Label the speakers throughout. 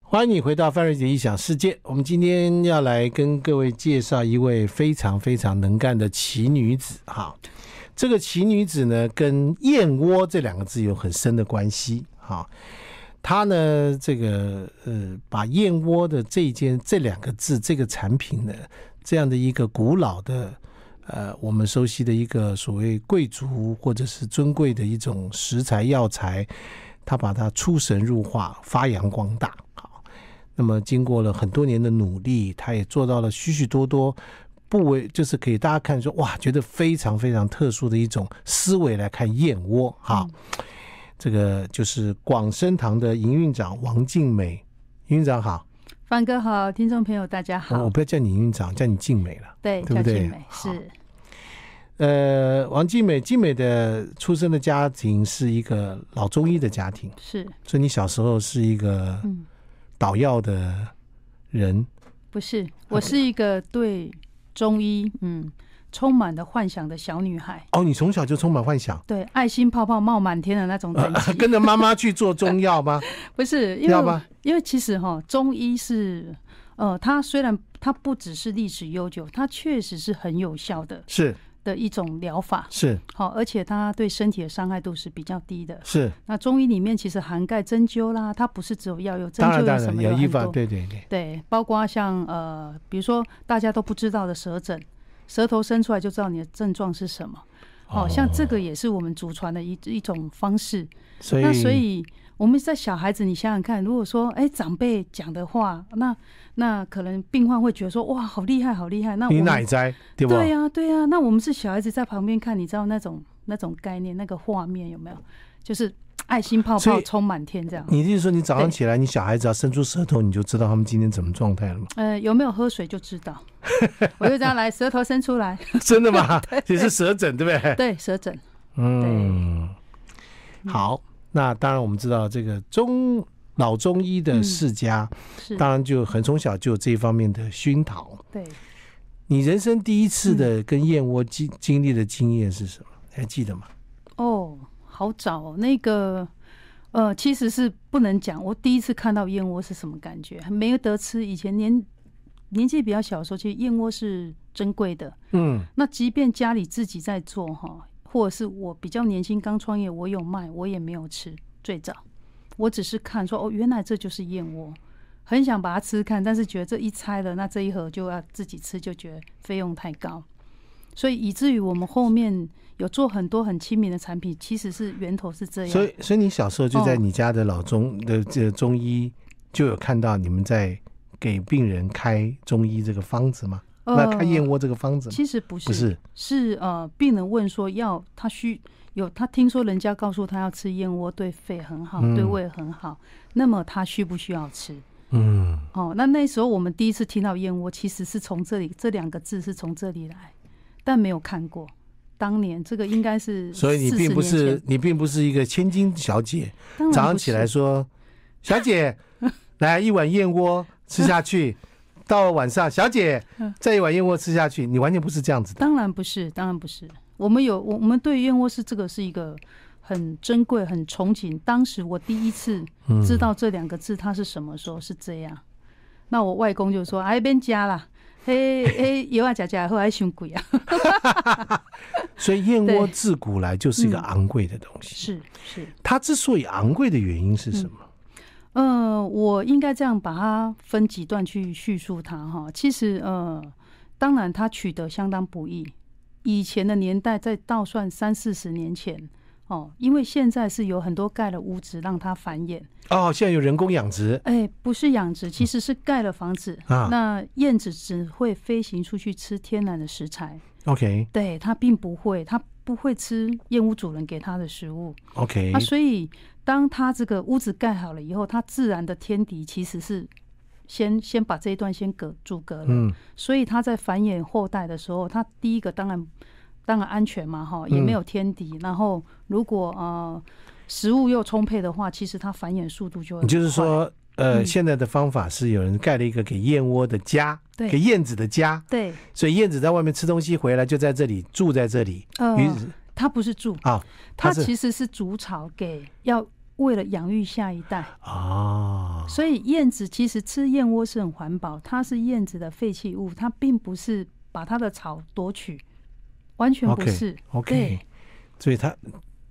Speaker 1: 欢迎你回到范瑞杰异想世界。我们今天要来跟各位介绍一位非常非常能干的奇女子哈。这个奇女子呢，跟燕窝这两个字有很深的关系哈。她呢，这个呃，把燕窝的这一件这两个字这个产品呢，这样的一个古老的呃，我们熟悉的一个所谓贵族或者是尊贵的一种食材药材，她把它出神入化，发扬光大。好，那么经过了很多年的努力，她也做到了许许多多。不为就是给大家看说哇，觉得非常非常特殊的一种思维来看燕窝哈。这个就是广生堂的营运长王静美，营运长好，
Speaker 2: 范哥好，听众朋友大家
Speaker 1: 我
Speaker 2: 好
Speaker 1: 我，不要叫你营运长，叫你静美了。
Speaker 2: 对，
Speaker 1: 哦对不
Speaker 2: 叫
Speaker 1: 对
Speaker 2: 静美
Speaker 1: 好
Speaker 2: 是
Speaker 1: 呃，王静美，静美的出生的家庭是一个老中医的家庭，
Speaker 2: 是，
Speaker 1: 所以你小时候是一个
Speaker 2: 嗯，
Speaker 1: 捣药的人，
Speaker 2: 不是，我是一个对中医嗯充满了幻想的小女孩，
Speaker 1: 哦，你从小就充满幻想，
Speaker 2: 对，爱心泡泡冒满天的那种等
Speaker 1: 呃
Speaker 2: 级，
Speaker 1: 跟着妈妈去做中药 吗？
Speaker 2: 不是因为
Speaker 1: 要
Speaker 2: 我
Speaker 1: 吗？
Speaker 2: 因为其实哈，中医是呃，它虽然它不只是历史悠久，它确实是很有效的
Speaker 1: 是
Speaker 2: 的一种疗法，
Speaker 1: 是
Speaker 2: 好，而且它对身体的伤害度是比较低的。
Speaker 1: 是，
Speaker 2: 那中医里面其实涵盖针灸啦，它不是只有药，有针
Speaker 1: 当
Speaker 2: 灸
Speaker 1: 然当
Speaker 2: 有什
Speaker 1: 然
Speaker 2: 么
Speaker 1: 有一
Speaker 2: 很
Speaker 1: 方，
Speaker 2: 多。
Speaker 1: 对对对，
Speaker 2: 对，包括像呃，比如说大家都不知道的舌诊，舌头伸出来就知道你的症状是什么。哦，像这个也是我们祖传的一一种方式。
Speaker 1: 所以
Speaker 2: 那所以我们在小孩子，你想想看，如果说哎长辈讲的话，那那可能病患会觉得说哇好厉害好厉害。那我
Speaker 1: 你
Speaker 2: 们
Speaker 1: 奶摘对不？
Speaker 2: 对呀、对呀、那我们是小孩子在旁边看，你知道那种那种概念那个画面有没有？就是爱心泡
Speaker 1: 所
Speaker 2: 泡
Speaker 1: 以
Speaker 2: 充满天这样。
Speaker 1: 你就是说你早上
Speaker 2: 对
Speaker 1: 起来，你小孩子要伸出舌头，你就知道他们今天怎么状态了 吗？
Speaker 2: 呃，有没有喝水就知道。我就这样来，舌头伸出来，
Speaker 1: 真的吗？也是舌诊，对不对？
Speaker 2: 对，舌诊。
Speaker 1: 嗯，好，那当然我们知道这个中老中医的世家，
Speaker 2: 是，
Speaker 1: 当然就很从小就有这一方面的熏陶。
Speaker 2: 对，
Speaker 1: 你人生第一次的跟燕窝经经历的经验是什么？还记得吗？
Speaker 2: 哦，好早哦，那个，呃，其实是不能讲，我第一次看到燕窝是什么感觉，还没有得吃。以前年年纪比较小的时候，其实燕窝是珍贵的。
Speaker 1: 嗯，
Speaker 2: 那即便家里自己在做哈，或者是我比较年轻刚创业，我有卖，我也没有吃。最早，我只是看说哦，原来这就是燕窝，很想把它吃看，但是觉得这一拆了，那这一盒就要自己吃，就觉得费用太高，所以以至于我们后面有做很多很亲民的产品，其实是源头是这样。
Speaker 1: 嗯所以所以你小时候就在你家的老中的这个中医就有看到你们在给病人开中医这个方子吗？那开燕
Speaker 2: 呃、
Speaker 1: 窝这个方子吗
Speaker 2: 其实不是，
Speaker 1: 不是？
Speaker 2: 是呃，病人问说要他需有他听说人家告诉他要吃燕窝对肺很好，对
Speaker 1: 嗯
Speaker 2: 胃很好，那么他需不需要吃？
Speaker 1: 嗯。
Speaker 2: 哦，那那时候我们第一次听到燕窝，其实是从这里这两个字是从这里来，但没有看过。当年这个应该是40年前，
Speaker 1: 所以你并不是你并不是一个千金小姐，
Speaker 2: 当然
Speaker 1: 早
Speaker 2: 不
Speaker 1: 上起
Speaker 2: 是
Speaker 1: 来说：“小 姐，来一碗燕窝吃下去。”到晚上，小姐
Speaker 2: 嗯
Speaker 1: 再一碗燕窝吃下去，你完全不是这样子的。
Speaker 2: 当然不是，当然不是。我们有我我们对燕窝是这个是一个很珍贵、很憧憬。当时我第一次知道这两个字它是什么时候是这样，那我外公就说：“哎，边加啦，嘿嘿，油啊加加，后来嫌贵啊。
Speaker 1: 所以燕窝
Speaker 2: 对
Speaker 1: 自古来就是一个
Speaker 2: 嗯
Speaker 1: 昂贵的东”西。
Speaker 2: 是是，
Speaker 1: 它之所以昂贵的原因是什
Speaker 2: 嗯
Speaker 1: 么？
Speaker 2: 呃，我应该这样把它分几段去叙述它哈。其实呃，当然它取得相当不易。以前的年代，在倒算三四十年前哦，因为现在是有很多盖了屋子让它繁衍。
Speaker 1: 哦，现在有人工养殖，
Speaker 2: 哎，不是养殖，其实是盖了房子。
Speaker 1: 啊
Speaker 2: 那燕子只会飞行出去吃天然的食材，
Speaker 1: OK
Speaker 2: 对它并不会，它不会吃燕屋主人给它的食物。
Speaker 1: OK，
Speaker 2: 啊，所以当它这个屋子盖好了以后，它自然的天敌其实是先先把这一段先隔阻隔了。
Speaker 1: 嗯
Speaker 2: 所以它在繁衍后代的时候，它第一个当然当然安全嘛，哈，也没
Speaker 1: 嗯
Speaker 2: 有天敌。然后如果呃食物又充沛的话，其实它繁衍速度就会
Speaker 1: 你就是
Speaker 2: 很快
Speaker 1: 说，呃，
Speaker 2: 嗯
Speaker 1: 现在的方法是有人盖了一个给燕窝的家，
Speaker 2: 对
Speaker 1: 给燕子的家，
Speaker 2: 对，
Speaker 1: 所以燕子在外面吃东西回来就在这里住在这里，
Speaker 2: 呃
Speaker 1: 于是
Speaker 2: 它不是住，
Speaker 1: 啊，它
Speaker 2: 它
Speaker 1: 是
Speaker 2: 其实是筑巢给要为了养育下一代，
Speaker 1: 啊，
Speaker 2: 所以燕子其实吃燕窝是很环保，它是燕子的废弃物，它并不是把它的草夺取，完全不
Speaker 1: OK，
Speaker 2: 是。
Speaker 1: OK
Speaker 2: 对，
Speaker 1: 所以它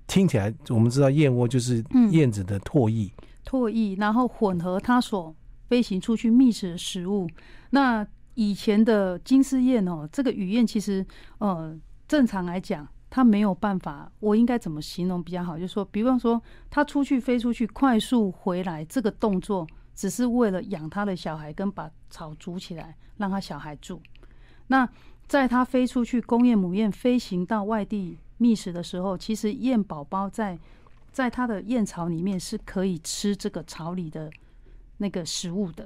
Speaker 1: 听起来我们知道燕窝就是
Speaker 2: 嗯
Speaker 1: 燕子的唾液，
Speaker 2: 唾液，然后混合它所飞行出去觅食的食物。那以前的金丝燕哦，这个雨燕其实呃，正常来讲。它没有办法，我应该怎么形容比较好？就是说，比方说，它出去飞出去，快速回来，这个动作只是为了养它的小孩，跟把草筑起来，让它小孩住。那在它飞出去，公燕母燕飞行到外地觅食的时候，其实燕宝宝在在它的燕巢里面是可以吃这个巢里的那个食物的。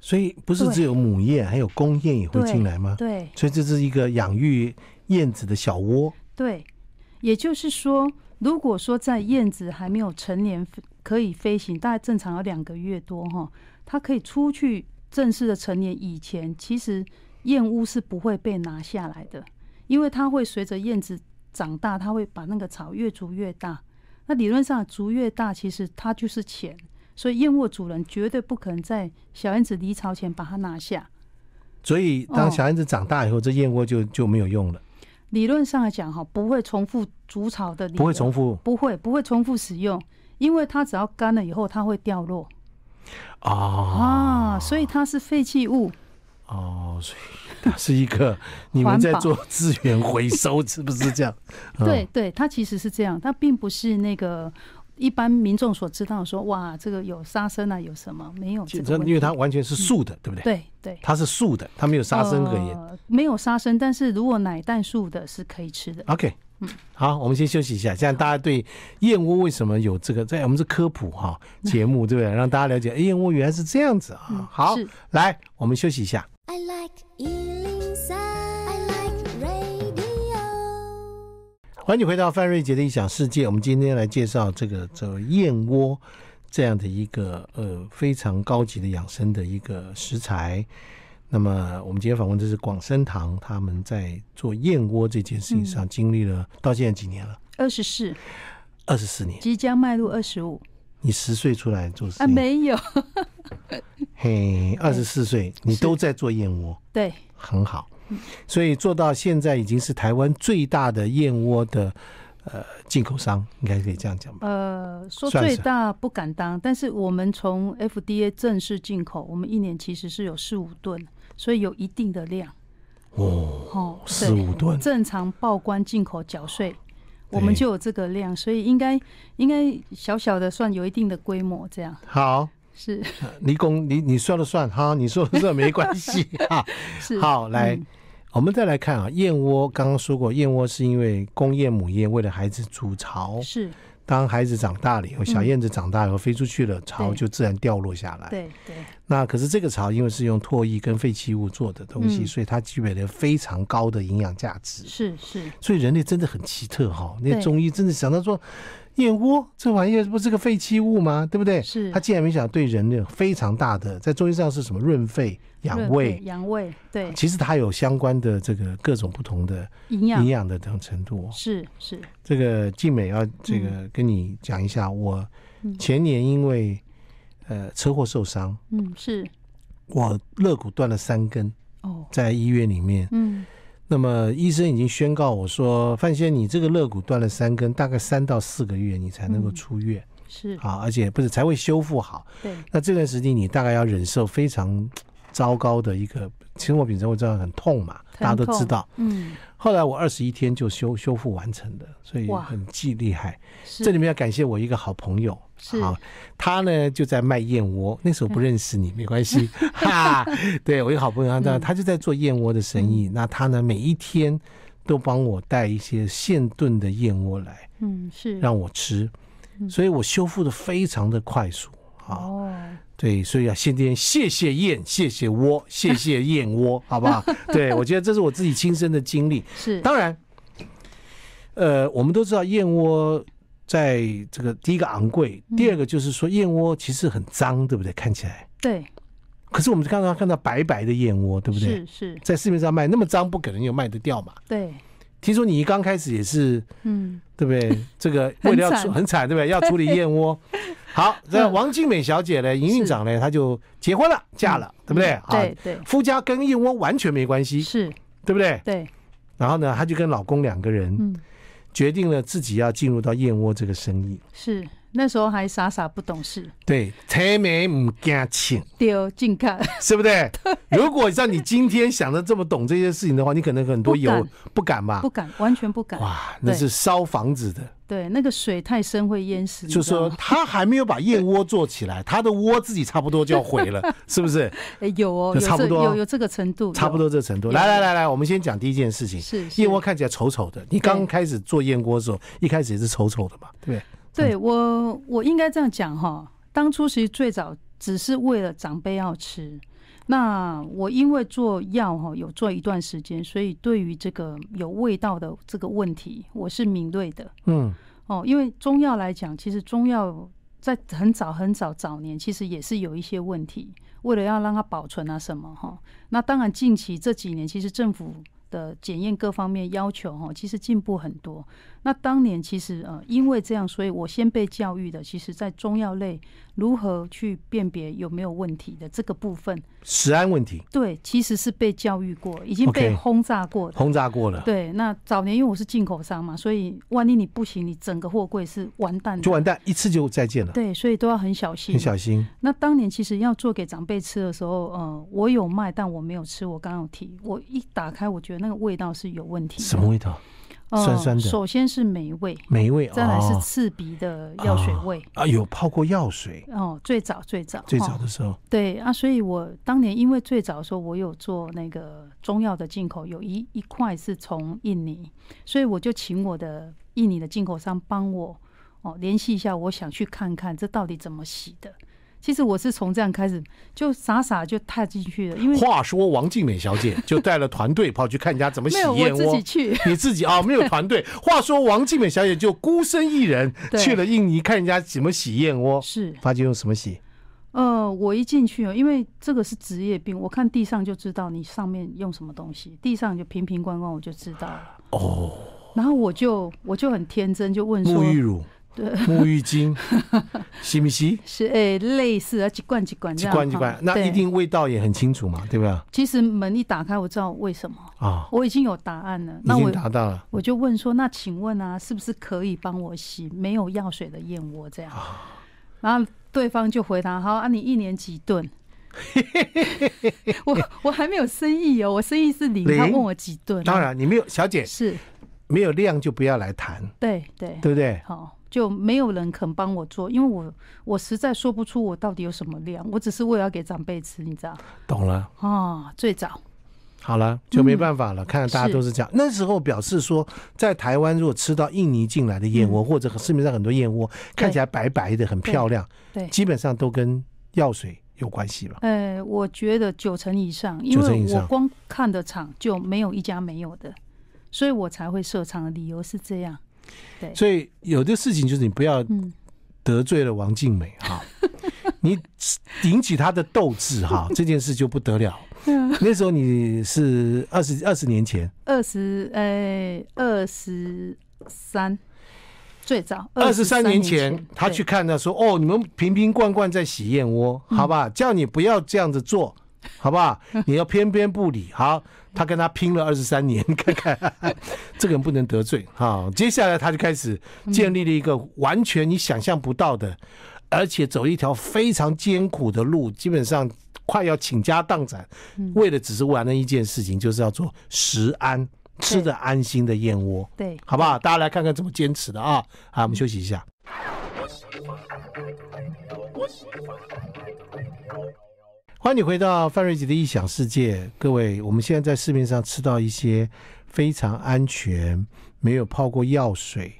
Speaker 1: 所以不是
Speaker 2: 对
Speaker 1: 只有母燕，还有公燕也会
Speaker 2: 对
Speaker 1: 进来吗？
Speaker 2: 对
Speaker 1: 所以这是一个养育燕子的小窝。
Speaker 2: 对，也就是说，如果说在燕子还没有成年可以飞行，大概正常要两个月多哈，它可以出去正式的成年以前，其实燕窝是不会被拿下来的，因为它会随着燕子长大，它会把那个草越筑越大。那理论上，筑越大，其实它就是钱，所以燕窝主人绝对不可能在小燕子离巢前把它拿下。
Speaker 1: 所以当
Speaker 2: 哦
Speaker 1: 小燕子长大以后，这燕窝就就没有用了，
Speaker 2: 理论上来讲，哈，不会重复筑巢的理由，
Speaker 1: 不会重复
Speaker 2: 不会不会重复使用，因为它只要干了以后，它会掉落
Speaker 1: 啊
Speaker 2: 啊，所以它是废弃物。
Speaker 1: 哦，所以它是一个你们在
Speaker 2: 环保
Speaker 1: 做资源回收，是不是这样？嗯
Speaker 2: 对对，它其实是这样，它并不是那个一般民众所知道说哇，这个有杀生啊，有什么没有这
Speaker 1: 就
Speaker 2: 个问题
Speaker 1: 因为它完全是素的，对不对？
Speaker 2: 对对
Speaker 1: 它是素的，它没有杀生可言。
Speaker 2: 呃没有杀生，但是如果奶蛋素的是可以吃的。
Speaker 1: OK，好，
Speaker 2: 嗯
Speaker 1: 我们先休息一下，这样大家对燕窝为什么有这个，在我们是科普哈、 节目，对不对？让大家了解哎燕窝原来是这样子啊。好
Speaker 2: 嗯是，
Speaker 1: 来，我们休息一下。
Speaker 3: I like Ealing Sound. I like radio.
Speaker 1: 欢迎你回到范瑞杰的异想世界。我们今天来介绍这个这个燕窝这样的一个呃非常高级的养生的一个食材。那么我们今天访问的是广生堂，他们在做燕窝这件事情上
Speaker 2: 嗯
Speaker 1: 经历了、到现在几年了？
Speaker 2: 二十四
Speaker 1: 二十四年。
Speaker 2: 即将迈入二十五
Speaker 1: 你十岁出来做
Speaker 2: 啊，
Speaker 1: 生意，
Speaker 2: 没有
Speaker 1: 嘿，二十四岁你
Speaker 2: 是嗯
Speaker 1: 都在做燕窝，
Speaker 2: 对
Speaker 1: 很好。所以做到现在已经是台湾最大的燕窝的呃进口商，应该可以这样讲吧？
Speaker 2: 呃，说
Speaker 1: 算
Speaker 2: 最
Speaker 1: 是
Speaker 2: 大不敢当，但是我们从 FDA 正式进口，我们一年其实是有四五吨，所以有一定的量。
Speaker 1: 哦，
Speaker 2: 哦，
Speaker 1: 四
Speaker 2: 对
Speaker 1: 五吨，
Speaker 2: 正常报关进口缴税，我们
Speaker 1: 对
Speaker 2: 就有这个量，所以应该应该小小的算有一定的规模，这样
Speaker 1: 好，
Speaker 2: 是
Speaker 1: 你公你你说了算哈，你说了算没关系哈。
Speaker 2: 是
Speaker 1: 好，来，
Speaker 2: 嗯
Speaker 1: 我们再来看啊，燕窝刚刚说过，燕窝是因为公燕母燕为了孩子筑巢，
Speaker 2: 是，
Speaker 1: 当孩子长大了以后，小燕子长大以后飞出去了，巢
Speaker 2: 嗯对
Speaker 1: 就自然掉落下来。
Speaker 2: 对对
Speaker 1: 那可是这个巢因为是用唾液跟废弃物做的东西，
Speaker 2: 嗯
Speaker 1: 所以它具备了非常高的营养价值。
Speaker 2: 是是，
Speaker 1: 所以人类真的很奇特哈、那
Speaker 2: 对
Speaker 1: 中医真的想到说，燕窝这玩意儿不是个废弃物吗？对不对？
Speaker 2: 是
Speaker 1: 哎它竟然没想到对人类有非常大的，在中医上是什么润肺养
Speaker 2: 润
Speaker 1: 胃
Speaker 2: 肺，养胃，对
Speaker 1: 其实它有相关的这个各种不同的
Speaker 2: 营养
Speaker 1: 营养的这种程度、哦。
Speaker 2: 是是
Speaker 1: 这个静美要这个跟你讲一下，我前年因为呃车祸受伤，
Speaker 2: 嗯是
Speaker 1: 我肋骨断了三根，
Speaker 2: 哦
Speaker 1: 在医院里面。
Speaker 2: 嗯
Speaker 1: 那么医生已经宣告我说，范先，你这个肋骨断了三根，大概三到四个月你才能够出院、
Speaker 2: 是
Speaker 1: 啊，而且不是才会修复好。
Speaker 2: 对
Speaker 1: 那这段时间你大概要忍受非常糟糕的一个，其实我本身我知道很痛嘛，
Speaker 2: 疼
Speaker 1: 大家都知
Speaker 2: 痛
Speaker 1: 道。
Speaker 2: 嗯
Speaker 1: 后来我二十一天就修修复完成的，所以
Speaker 2: 哇
Speaker 1: 很记厉害。
Speaker 2: 是
Speaker 1: 这里面要感谢我一个好朋友，
Speaker 2: 是
Speaker 1: 啊，他呢就在卖燕窝，那时候不认识你没关 系，哈，对我一个好朋友，
Speaker 2: 嗯
Speaker 1: 他他就在做燕窝的生意，那他呢每一天都帮我带一些现炖的燕窝来
Speaker 2: 嗯是
Speaker 1: 让我吃，所以我修复的非常的快速啊，
Speaker 2: 哦
Speaker 1: 对，所以啊，先天谢谢燕，谢谢窝，谢谢燕窝，好不 好？对我觉得这是我自己亲身的经历，
Speaker 2: 是
Speaker 1: 当然，呃，我们都知道燕窝在这个第一个昂贵，
Speaker 2: 嗯
Speaker 1: 第二个就是说燕窝其实很脏，对不对？看起来，
Speaker 2: 对
Speaker 1: 可是我们看到看到白白的燕窝，对不对？
Speaker 2: 是是
Speaker 1: 在市面上卖那么脏，不可能有卖得掉嘛。
Speaker 2: 对
Speaker 1: 听说你刚开始也是
Speaker 2: 嗯，
Speaker 1: 对不 对？这个
Speaker 2: 很
Speaker 1: 为了要
Speaker 2: 惨
Speaker 1: 处很惨，对不对？要处理燕窝。好，这
Speaker 2: 嗯
Speaker 1: 王静美小姐呢，营运
Speaker 2: 是
Speaker 1: 长呢，她就结婚了，嫁了，对不对？
Speaker 2: 嗯
Speaker 1: 啊，
Speaker 2: 对对
Speaker 1: 夫家跟燕窝完全没关系，
Speaker 2: 是，
Speaker 1: 对不对？
Speaker 2: 对，
Speaker 1: 然后呢，她就跟老公两个人
Speaker 2: 嗯
Speaker 1: 决定了自己要进入到燕窝这个生意。
Speaker 2: 是。那时候还傻傻不懂事，
Speaker 1: 对，才没唔敢请，
Speaker 2: 丢近看，
Speaker 1: 是不 对？如果像你今天想的这么懂这些事情的话，你可能很多
Speaker 2: 不
Speaker 1: 有
Speaker 2: 敢
Speaker 1: 不敢吧？
Speaker 2: 不敢，完全不敢。
Speaker 1: 哇，那
Speaker 2: 对
Speaker 1: 是烧房子的，
Speaker 2: 对，那个水太深会淹死。你
Speaker 1: 就
Speaker 2: 知道
Speaker 1: 说
Speaker 2: 吗
Speaker 1: 他还没有把燕窝做起来，他的窝自己差不多就要毁 了，是不是？
Speaker 2: 诶有哦，
Speaker 1: 就
Speaker 2: 有
Speaker 1: 差不
Speaker 2: 这
Speaker 1: 多
Speaker 2: 有有这个程度，
Speaker 1: 差不
Speaker 2: 有
Speaker 1: 多这程度。
Speaker 2: 有
Speaker 1: 来来来来，我们先讲第一件事情。
Speaker 2: 是是
Speaker 1: 燕窝看起来丑丑的，你刚开始做燕窝的时候，一开始也是丑丑的嘛，对不对？
Speaker 2: 对我，我应该这样讲哈。当初其实最早只是为了长辈要吃。那我因为做药哈，有做一段时间，所以对于这个有味道的这个问题，我是敏锐的
Speaker 1: 嗯，
Speaker 2: 哦。因为中药来讲，其实中药在很早很早早年，其实也是有一些问题，为了要让它保存啊什么哈。那当然，近期这几年，其实政府的检验各方面要求哈，其实进步很多。那当年其实呃，因为这样，所以我先被教育的，其实在中药类如何去辨别有没有问题的这个部分，
Speaker 1: 食安问题
Speaker 2: 对，其实是被教育过，已经被
Speaker 1: OK
Speaker 2: 轰炸过的。
Speaker 1: 轰炸过了，
Speaker 2: 对，那早年因为我是进口商嘛，所以万一你不行，你整个货柜是完蛋的。
Speaker 1: 就完蛋，一次就再见了，
Speaker 2: 嗯对，所以都要很小心。
Speaker 1: 很小心。
Speaker 2: 那当年其实要做给长辈吃的时候，呃，我有卖，但我没有吃。我刚刚有提，我一打开，我觉得那个味道是有问题的。
Speaker 1: 什么味道？
Speaker 2: 呃
Speaker 1: 酸酸的
Speaker 2: 首先是霉味，
Speaker 1: 每一位
Speaker 2: 再来是
Speaker 1: 哦
Speaker 2: 刺鼻的药水味。
Speaker 1: 啊，有泡过药水，
Speaker 2: 哦，最早最早
Speaker 1: 啊最
Speaker 2: 哦
Speaker 1: 早的时候，
Speaker 2: 对啊，所以我当年因为最早的时候，我有做那个中药的进口，有一一块是从印尼，所以我就请我的印尼的进口商帮我哦联系一下，我想去看看这到底怎么洗的。其实我是从这样开始，就傻傻就踏进去了，因为
Speaker 1: 话说王静美小 姐就带了团队跑去看人家怎么洗
Speaker 2: 没有我
Speaker 1: 燕
Speaker 2: 自
Speaker 1: 窝
Speaker 2: 己。去，
Speaker 1: 你自己啊、没有团 队。话说王静美小姐就孤身一人
Speaker 2: 对
Speaker 1: 去了印尼看人家怎么洗燕窝，
Speaker 2: 是
Speaker 1: 发现用什么洗？
Speaker 2: 呃，我一进去哦，因为这个是职业病，我看地上就知道你上面用什么东西，地上就瓶瓶罐罐，我就知道了。哦。然后我就我就很天真，就问说
Speaker 1: 沐，浴乳、
Speaker 2: 对
Speaker 1: 沐浴 巾，洗不洗？
Speaker 2: 是诶、类似啊，几罐几罐这
Speaker 1: 几
Speaker 2: 样，
Speaker 1: 罐
Speaker 2: 哈
Speaker 1: 几罐，那
Speaker 2: 对
Speaker 1: 一定味道也很清楚嘛，对吧？
Speaker 2: 其实门一打开，我知道为什么，
Speaker 1: 啊、
Speaker 2: 我已经有答案了。
Speaker 1: 已
Speaker 2: 那
Speaker 1: 经
Speaker 2: 我
Speaker 1: 达到了。
Speaker 2: 我就问说，那请问啊，是不是可以帮我洗没有药水的燕窝这样？
Speaker 1: 啊
Speaker 2: 然后对方就回答：好啊，你一年几顿？ 我我还没有生意哦，我生意是零。
Speaker 1: 零
Speaker 2: 他问我几顿？啊
Speaker 1: 当然，你没有小姐
Speaker 2: 是，
Speaker 1: 没有量就不要来谈，
Speaker 2: 对对
Speaker 1: 对不对？
Speaker 2: 好，就没有人肯帮我做，因为我我实在说不出我到底有什么量，我只是为了要给长辈吃，你知道？
Speaker 1: 懂了。
Speaker 2: 哦，最早
Speaker 1: 好了，就没办法了。看大家
Speaker 2: 嗯是
Speaker 1: 都是这样。那时候表示说，在台湾如果吃到印尼进来的燕
Speaker 2: 嗯
Speaker 1: 窝，或者市面上很多燕窝看起来白白的、很漂亮，
Speaker 2: 对，
Speaker 1: 基本上都跟药水有关系吧？
Speaker 2: 呃，我觉得九成以上，因
Speaker 1: 九成
Speaker 2: 为
Speaker 1: 以上
Speaker 2: 我光看的场就没有一家没有的，所以我才会设厂的理由是这样。对
Speaker 1: 所以有的事情就是你不要
Speaker 2: 嗯，
Speaker 1: 得罪了王静美 哈，你引起她的斗志哈，这件事就不得了。
Speaker 2: 嗯
Speaker 1: 那时候你是二十二十年前，
Speaker 2: 二十呃二十三，最早
Speaker 1: 二十三年
Speaker 2: 年
Speaker 1: 前她
Speaker 2: 对
Speaker 1: 去看到说，哦，你们瓶瓶罐罐在洗燕窝，好吧，叫你不要这样子做。好不 好？你要偏偏不理。好，她跟他拼了二十三年， 看看这个人不能得罪。好，接下来她就开始建立了一个完全你想象不到的，而且走一条非常艰苦的路，基本上快要倾家荡产，为了只是完了一件事情，就是要做食安，吃的安心的燕窝。
Speaker 2: 对
Speaker 1: 好不好？大家来看看怎么坚持的啊！好，我们休息一下。欢迎你回到范瑞杰的异想世界，各位，我们现在在市面上吃到一些非常安全、没有泡过药水，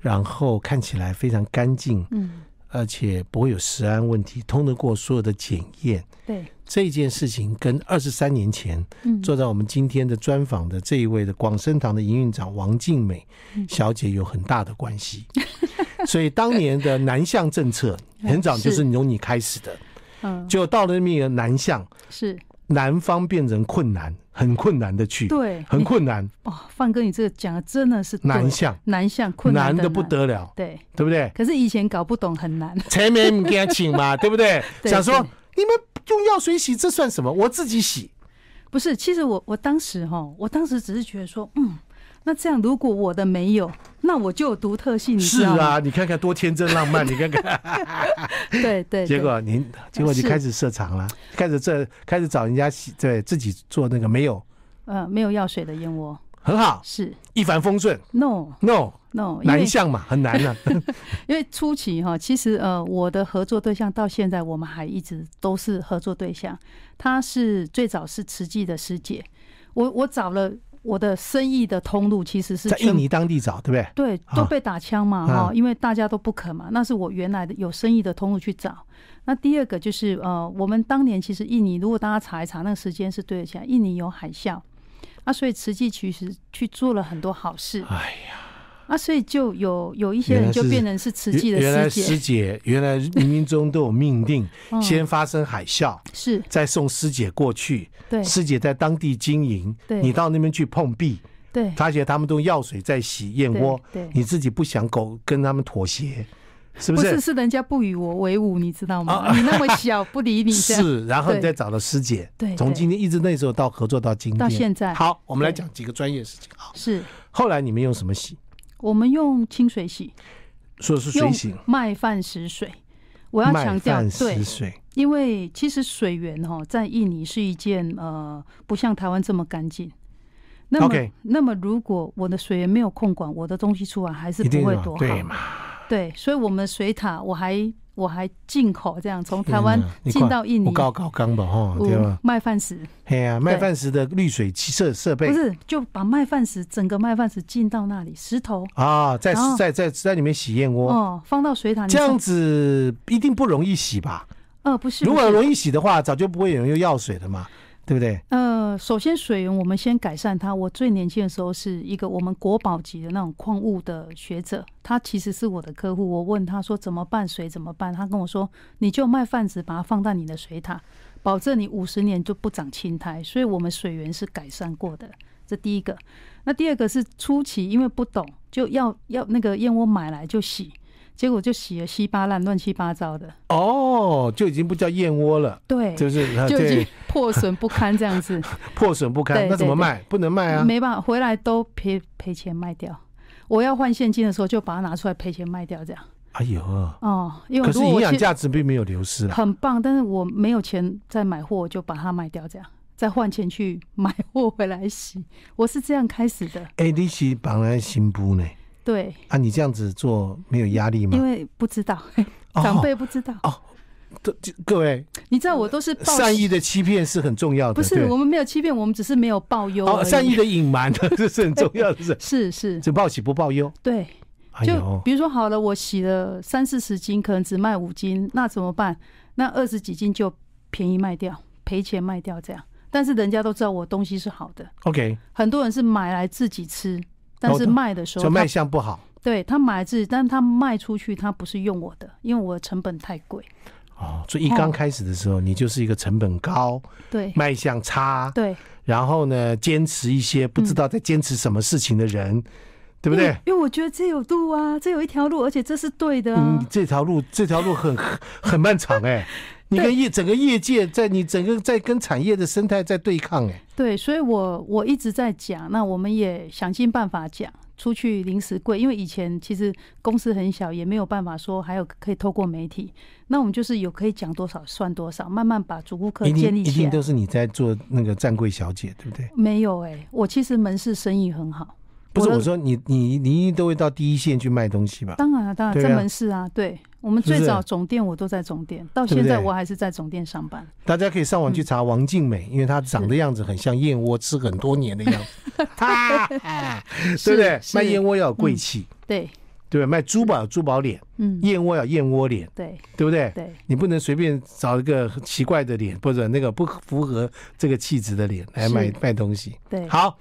Speaker 1: 然后看起来非常干净，
Speaker 2: 嗯
Speaker 1: 而且不会有食安问题，通得过所有的检验。
Speaker 2: 对
Speaker 1: 这件事情跟二十三年前
Speaker 2: 嗯
Speaker 1: 坐在我们今天的专访的这一位的广生堂的营运长王静美
Speaker 2: 嗯
Speaker 1: 小姐有很大的关系。 所以当年的南向 政策很早就是
Speaker 2: 是
Speaker 1: 由你开始的，
Speaker 2: 嗯
Speaker 1: 就到了那个南向，
Speaker 2: 是
Speaker 1: 难方变成困难，很困难的去，
Speaker 2: 对，
Speaker 1: 很
Speaker 2: 你
Speaker 1: 困难，
Speaker 2: 哦，范哥，你这个讲的真的是对
Speaker 1: 难项，
Speaker 2: 难项 困难
Speaker 1: 的
Speaker 2: 的
Speaker 1: 不
Speaker 2: 难。
Speaker 1: 得了，
Speaker 2: 对，
Speaker 1: 对不对？
Speaker 2: 可是以前搞不懂很难。
Speaker 1: 前面不给他请 嘛，对不对？
Speaker 2: 对
Speaker 1: 想说
Speaker 2: 对
Speaker 1: 你们用药水洗这算什么？我自己洗，
Speaker 2: 不是，其实我我当时哈，我当时只是觉得说，嗯，那这样如果我的没有，那我就有独特性，你
Speaker 1: 是
Speaker 2: 知道吗？
Speaker 1: 啊，你看看多天真浪漫，你看看，
Speaker 2: 对对对，呃
Speaker 1: 结果您结果你开始设厂了，开始这开始找人家洗，对自己做那个没有
Speaker 2: 呃，没有药水的燕窝
Speaker 1: 很好，
Speaker 2: 是
Speaker 1: 一帆风顺
Speaker 2: no
Speaker 1: ，no。
Speaker 2: no，因为
Speaker 1: 难项嘛，很 难的、啊
Speaker 2: 因为初期哈，其实呃，我的合作对象到现在我们还一直都是合作对象，她是最早是慈济的师姐，我我找了我的生意的通路其实是
Speaker 1: 在
Speaker 2: 全
Speaker 1: 印尼当地找，对不对？
Speaker 2: 对，
Speaker 1: 啊
Speaker 2: 都被打枪嘛哈、
Speaker 1: 啊
Speaker 2: 因为大家都不肯嘛。那是我原来的有生意的通路去找。那第二个就是呃，我们当年其实印尼，如果大家查一查，那个时间是对得起来，印尼有海啸啊，所以慈济其实去做了很多好事
Speaker 1: 哎
Speaker 2: 啊，所以就有有一些人就变成是慈济
Speaker 1: 原来
Speaker 2: 的师
Speaker 1: 师
Speaker 2: 姐，
Speaker 1: 姐原来冥冥中都有命定，
Speaker 2: 嗯
Speaker 1: 先发生海啸，
Speaker 2: 是
Speaker 1: 再送师姐过去，
Speaker 2: 对
Speaker 1: 师姐在当地经营，
Speaker 2: 对
Speaker 1: 你到那边去碰壁，
Speaker 2: 对
Speaker 1: 而且他们都用药水在洗燕窝，
Speaker 2: 对对
Speaker 1: 你自己不想狗跟他们妥协，是不
Speaker 2: 不
Speaker 1: 是？啊
Speaker 2: 是是人家不与我为伍，你知道吗？你那么小不理你这样，
Speaker 1: 是然后你
Speaker 2: 对
Speaker 1: 再找了师姐，
Speaker 2: 对
Speaker 1: 从
Speaker 2: 对
Speaker 1: 今天一直那时候到合作到今天，
Speaker 2: 到现在
Speaker 1: 好，我们来
Speaker 2: 对
Speaker 1: 讲几个专业事情啊。
Speaker 2: 是
Speaker 1: 后来你们用什么洗？
Speaker 2: 我们用清水洗，
Speaker 1: 说是水
Speaker 2: 用
Speaker 1: 洗，
Speaker 2: 麦饭石水。我要强
Speaker 1: 麦
Speaker 2: 调，
Speaker 1: 饭
Speaker 2: 对
Speaker 1: 石，水，
Speaker 2: 因为其实水源哈、在印尼是一件呃不像台湾这么干净。那么
Speaker 1: OK
Speaker 2: 那么如果我的水源没有控管，我的东西出来还是
Speaker 1: 一定
Speaker 2: 不会
Speaker 1: 有
Speaker 2: 多好。
Speaker 1: 对嘛？
Speaker 2: 对所以我们水塔我还我还进口这样从台
Speaker 1: 天
Speaker 2: 湾
Speaker 1: 哪嗯你
Speaker 2: 进
Speaker 1: 看
Speaker 2: 到印
Speaker 1: 我
Speaker 2: 尼，嗯
Speaker 1: 搞搞缸吧，哈，
Speaker 2: 有
Speaker 1: 对吧？
Speaker 2: 麦饭石
Speaker 1: 嘿呀，麦饭石的滤水器设设
Speaker 2: 不
Speaker 1: 备
Speaker 2: 是就把麦饭石整个麦饭石进到那里石头
Speaker 1: 啊，在
Speaker 2: 然后
Speaker 1: 在在在里面洗燕窝，
Speaker 2: 哦放到水塔你
Speaker 1: 这样
Speaker 2: 看
Speaker 1: 子一定不容易洗吧？
Speaker 2: 呃不是
Speaker 1: 如
Speaker 2: 不
Speaker 1: 果
Speaker 2: 是
Speaker 1: 容易洗的话，早就不会有人用药水了嘛，对不对？
Speaker 2: 呃，首先水源我们先改善它。我最年轻的时候是一个我们国宝级的那种矿物的学者，他其实是我的客户。我问他说怎么办水怎么办，他跟我说你就卖饭纸把它放在你的水塔，保证你五十年就不长青苔。所以我们水源是改善过的，这第一个。那第二个是初期因为不懂，就要要那个燕窝买来就洗，结果就洗了稀巴烂、乱七八糟的，
Speaker 1: 哦，就已经不叫燕窝了，
Speaker 2: 对，
Speaker 1: 就是啊
Speaker 2: 就已经
Speaker 1: 对
Speaker 2: 破损不堪这样子。
Speaker 1: 破损不堪
Speaker 2: 对，
Speaker 1: 那怎么
Speaker 2: 对对
Speaker 1: 卖？不能卖啊！
Speaker 2: 没办法，回来都赔赔钱卖掉。我要换现金的时候，就把它拿出来赔钱卖掉，这样
Speaker 1: 哎呦，
Speaker 2: 哦。因为
Speaker 1: 可是
Speaker 2: 如果
Speaker 1: 营
Speaker 2: 我
Speaker 1: 养
Speaker 2: 现
Speaker 1: 价值并啊没有流失了。
Speaker 2: 很棒，但是我没有钱再买货，我就把它卖掉，这样再换钱去买货回来洗。我是这样开始的，
Speaker 1: 哎，你是本来新布呢？
Speaker 2: 对，
Speaker 1: 啊，你这样子做没有压力
Speaker 2: 因
Speaker 1: 吗？
Speaker 2: 为不知道，
Speaker 1: 哦
Speaker 2: 长辈不知道，
Speaker 1: 都就各位，
Speaker 2: 你知道我都是报
Speaker 1: 善意的欺骗是很重要的。
Speaker 2: 不
Speaker 1: 对
Speaker 2: 是我们没有欺骗，我们只是没有报忧而
Speaker 1: 哦，
Speaker 2: 已
Speaker 1: 善意的隐瞒 这是很重要的事，
Speaker 2: 是是，
Speaker 1: 这报喜不报忧。
Speaker 2: 对，
Speaker 1: 哎
Speaker 2: 就
Speaker 1: 呦，
Speaker 2: 比如说好了，我洗了三四十斤，可能只卖五斤，那怎么办？那二十几斤就便宜卖掉，赔钱卖掉这样。但是人家都知道我东西是好的，
Speaker 1: OK，
Speaker 2: 很多人是买来自己吃，但是
Speaker 1: 哦
Speaker 2: 卖的时候
Speaker 1: 就
Speaker 2: 他，
Speaker 1: 卖相不好
Speaker 2: 对他买来自己，但是他卖出去他不是用我的，因为我的成本太贵。
Speaker 1: 哦。所以一刚开始的时候，你就是一个成本高、
Speaker 2: 哦对
Speaker 1: 卖相差，
Speaker 2: 对，
Speaker 1: 然后呢，坚持一些不知道在坚持什么事情的人，对不
Speaker 2: 因
Speaker 1: 对
Speaker 2: 为？因为我觉得这有路啊，这有一条路，而且这是对的啊
Speaker 1: 嗯，。这条路这条路很很很漫长 哎、你跟业整个业界在你整个在跟产业的生态在对抗哎、
Speaker 2: 对，所以我我一直在讲，那我们也想尽办法讲出去零食柜，因为以前其实公司很小，也没有办法说还有可以透过媒体，那我们就是有可以讲多少算多少，慢慢把主顾客
Speaker 1: 一
Speaker 2: 建
Speaker 1: 定
Speaker 2: 立
Speaker 1: 一
Speaker 2: 起
Speaker 1: 定
Speaker 2: 来。
Speaker 1: 都是你在做那个站柜小姐，对不对？
Speaker 2: 没有哎、我其实门市生意很好，
Speaker 1: 不是
Speaker 2: 我的
Speaker 1: 我说你你你一定都会到第一线去卖东西 吧？
Speaker 2: 当然啊，当然
Speaker 1: 对啊
Speaker 2: 在门市啊，对我们
Speaker 1: 是不
Speaker 2: 最
Speaker 1: 是
Speaker 2: 早总店我都在总店，到
Speaker 1: 对不
Speaker 2: 现在
Speaker 1: 对
Speaker 2: 我还是在总店上班。
Speaker 1: 大家可以上网去查王静美，因为她长的样子很像燕窝，吃很多年的样子， 哈哈对
Speaker 2: 是
Speaker 1: 不对？
Speaker 2: 是嗯
Speaker 1: 卖燕窝要有贵气，
Speaker 2: 对，
Speaker 1: 对不对？卖珠宝有珠宝脸，
Speaker 2: 嗯，
Speaker 1: 燕窝要有燕窝脸，
Speaker 2: 对
Speaker 1: 对不对？
Speaker 2: 对，
Speaker 1: 你不能随便找一个奇怪的脸，或者那个不符合这个气质的脸来
Speaker 2: 是
Speaker 1: 卖卖东西。
Speaker 2: 对，
Speaker 1: 好，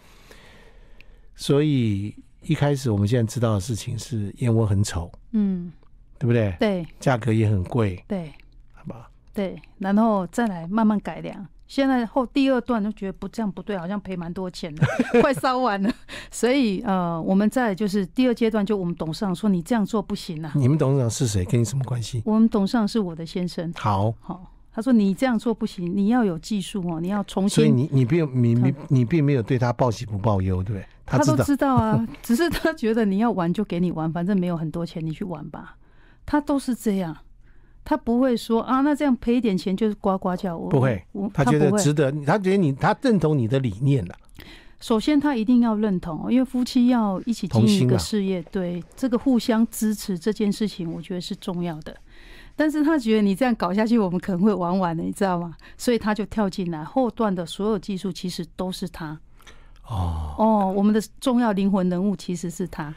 Speaker 1: 所以一开始我们现在知道的事情是燕窝很丑，
Speaker 2: 嗯，
Speaker 1: 对不对？
Speaker 2: 对
Speaker 1: 价格也很贵，
Speaker 2: 对
Speaker 1: 好吧？
Speaker 2: 对，然后再来慢慢改良，现在后第二段就觉得不这样不对，好像赔蛮多钱 的，快烧完了。所以呃，我们再来就是第二阶段，就我们董事长说你这样做不行啊。
Speaker 1: 你们董事长是谁？跟你什么关系？
Speaker 2: 我们董事长是我的先生，
Speaker 1: 好，
Speaker 2: 好、他说你这样做不行，你要有技术哦，你要重
Speaker 1: 所以
Speaker 2: 新。
Speaker 1: 你你并你你你并没有对他报喜不报忧，对不对？他知
Speaker 2: 都
Speaker 1: 道
Speaker 2: 知道啊， 只是他觉得你要玩就给你玩，反正没有很多钱，你去玩吧。他都是这样，他不会说啊，那这样赔一点钱就是呱呱叫。我
Speaker 1: 不会
Speaker 2: 我
Speaker 1: 他
Speaker 2: 他
Speaker 1: 觉得
Speaker 2: 不会
Speaker 1: 值得，他觉得你他认同你的理念了、
Speaker 2: 首先，他一定要认同哦，因为夫妻要一起
Speaker 1: 同
Speaker 2: 经营一
Speaker 1: 心啊
Speaker 2: 个事业，对这个互相支持这件事情，我觉得是重要的。但是他觉得你这样搞下去，我们可能会玩完的，你知道吗？所以他就跳进来，后段的所有技术其实都是他。
Speaker 1: 哦。
Speaker 2: 哦，我们的重要灵魂人物其实是他。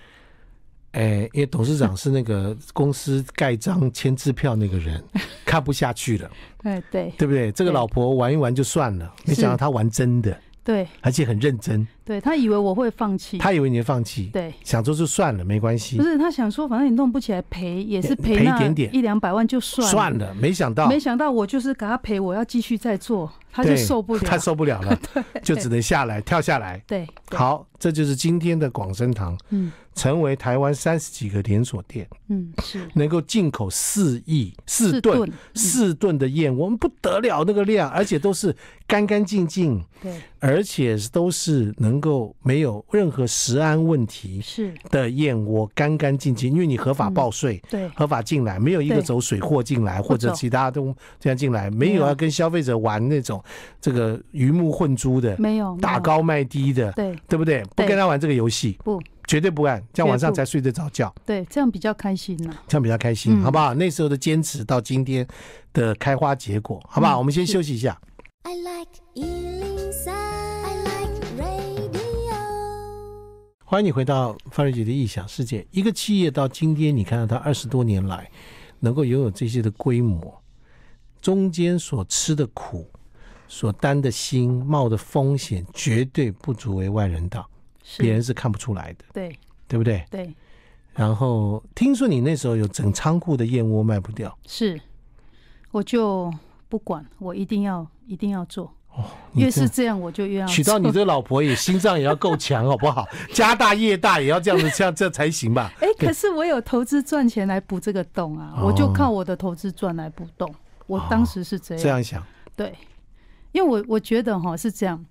Speaker 1: 哎，因为董事长是那个公司盖章签支票那个人，看不下去了，
Speaker 2: 哎，对
Speaker 1: 对不对？这个
Speaker 2: 对
Speaker 1: 老婆玩一玩就算了，没想到
Speaker 2: 是
Speaker 1: 他玩真的，
Speaker 2: 对
Speaker 1: 而且很认真。
Speaker 2: 对，他以为我会放弃，
Speaker 1: 他以为你会放弃，
Speaker 2: 嗯对，
Speaker 1: 想说就算了，没关系
Speaker 2: 不，是他想说，反正你弄不起来赔也是
Speaker 1: 赔
Speaker 2: 赔
Speaker 1: 一
Speaker 2: 那
Speaker 1: 点点
Speaker 2: 一两百万就算了。
Speaker 1: 算了，没想到
Speaker 2: 没想到我就是给他赔，我要继续再做，他就
Speaker 1: 对
Speaker 2: 受不了。
Speaker 1: 他受不了了，就只能下来跳下来。
Speaker 2: 对，对，
Speaker 1: 好，这就是今天的广生堂
Speaker 2: 嗯
Speaker 1: 成为台湾三十几个连锁店，
Speaker 2: 嗯是。
Speaker 1: 能够进口四亿四
Speaker 2: 四
Speaker 1: 吨
Speaker 2: 吨嗯
Speaker 1: 四吨的燕窝，不得了那个量，而且都是干干净净，
Speaker 2: 对，
Speaker 1: 而且都是能够没有任何食安问题
Speaker 2: 是，
Speaker 1: 的燕窝，干干净净，因为你合法报税。
Speaker 2: 对，
Speaker 1: 合法进来，没有一个
Speaker 2: 对
Speaker 1: 走水货进来
Speaker 2: 嗯不
Speaker 1: 或者
Speaker 2: 走
Speaker 1: 其他东这样进来，没
Speaker 2: 没
Speaker 1: 有
Speaker 2: 有
Speaker 1: 要跟消费者玩那种这个鱼目混珠的、
Speaker 2: 没有
Speaker 1: 打，高卖低的，
Speaker 2: 没有对
Speaker 1: 对不对？不跟他玩这个游戏，
Speaker 2: 不
Speaker 1: 绝对不干，这样晚上
Speaker 2: 绝不
Speaker 1: 才睡得着觉，
Speaker 2: 对，这样比较开心呐。
Speaker 1: 这样比较开心，
Speaker 2: 嗯
Speaker 1: 好不好？那时候的坚持到今天的开花结果，好不好？
Speaker 2: 嗯
Speaker 1: 我们先
Speaker 2: 是
Speaker 1: 休息一下。
Speaker 3: I like Ealing Sound. I like radio.
Speaker 1: 欢迎你回到范瑞杰的异想世界。一个企业到今天，你看到它二十多年来能够拥有这些的规模，中间所吃的苦、所担的心、冒的风险，绝对不足为外人道，
Speaker 2: 是
Speaker 1: 别人是看不出来的，
Speaker 2: 对
Speaker 1: 对不对？
Speaker 2: 对
Speaker 1: 然后听说你那时候有整仓库的燕窝卖不掉，
Speaker 2: 是，我就不管，我一定要一定要做，
Speaker 1: 你
Speaker 2: 越
Speaker 1: 这
Speaker 2: 是这样我就越要
Speaker 1: 娶到
Speaker 2: 做
Speaker 1: 你这个老婆也心脏也要够强，好不好？家大业大也要这样子，这样这才行吧？
Speaker 2: 哎，可是我有投资赚钱来补这个洞啊，
Speaker 1: 哦
Speaker 2: 我就靠我的投资赚来补洞。我当时是这
Speaker 1: 这
Speaker 2: 样，
Speaker 1: 样想，
Speaker 2: 对，因为我我觉得哈是这样，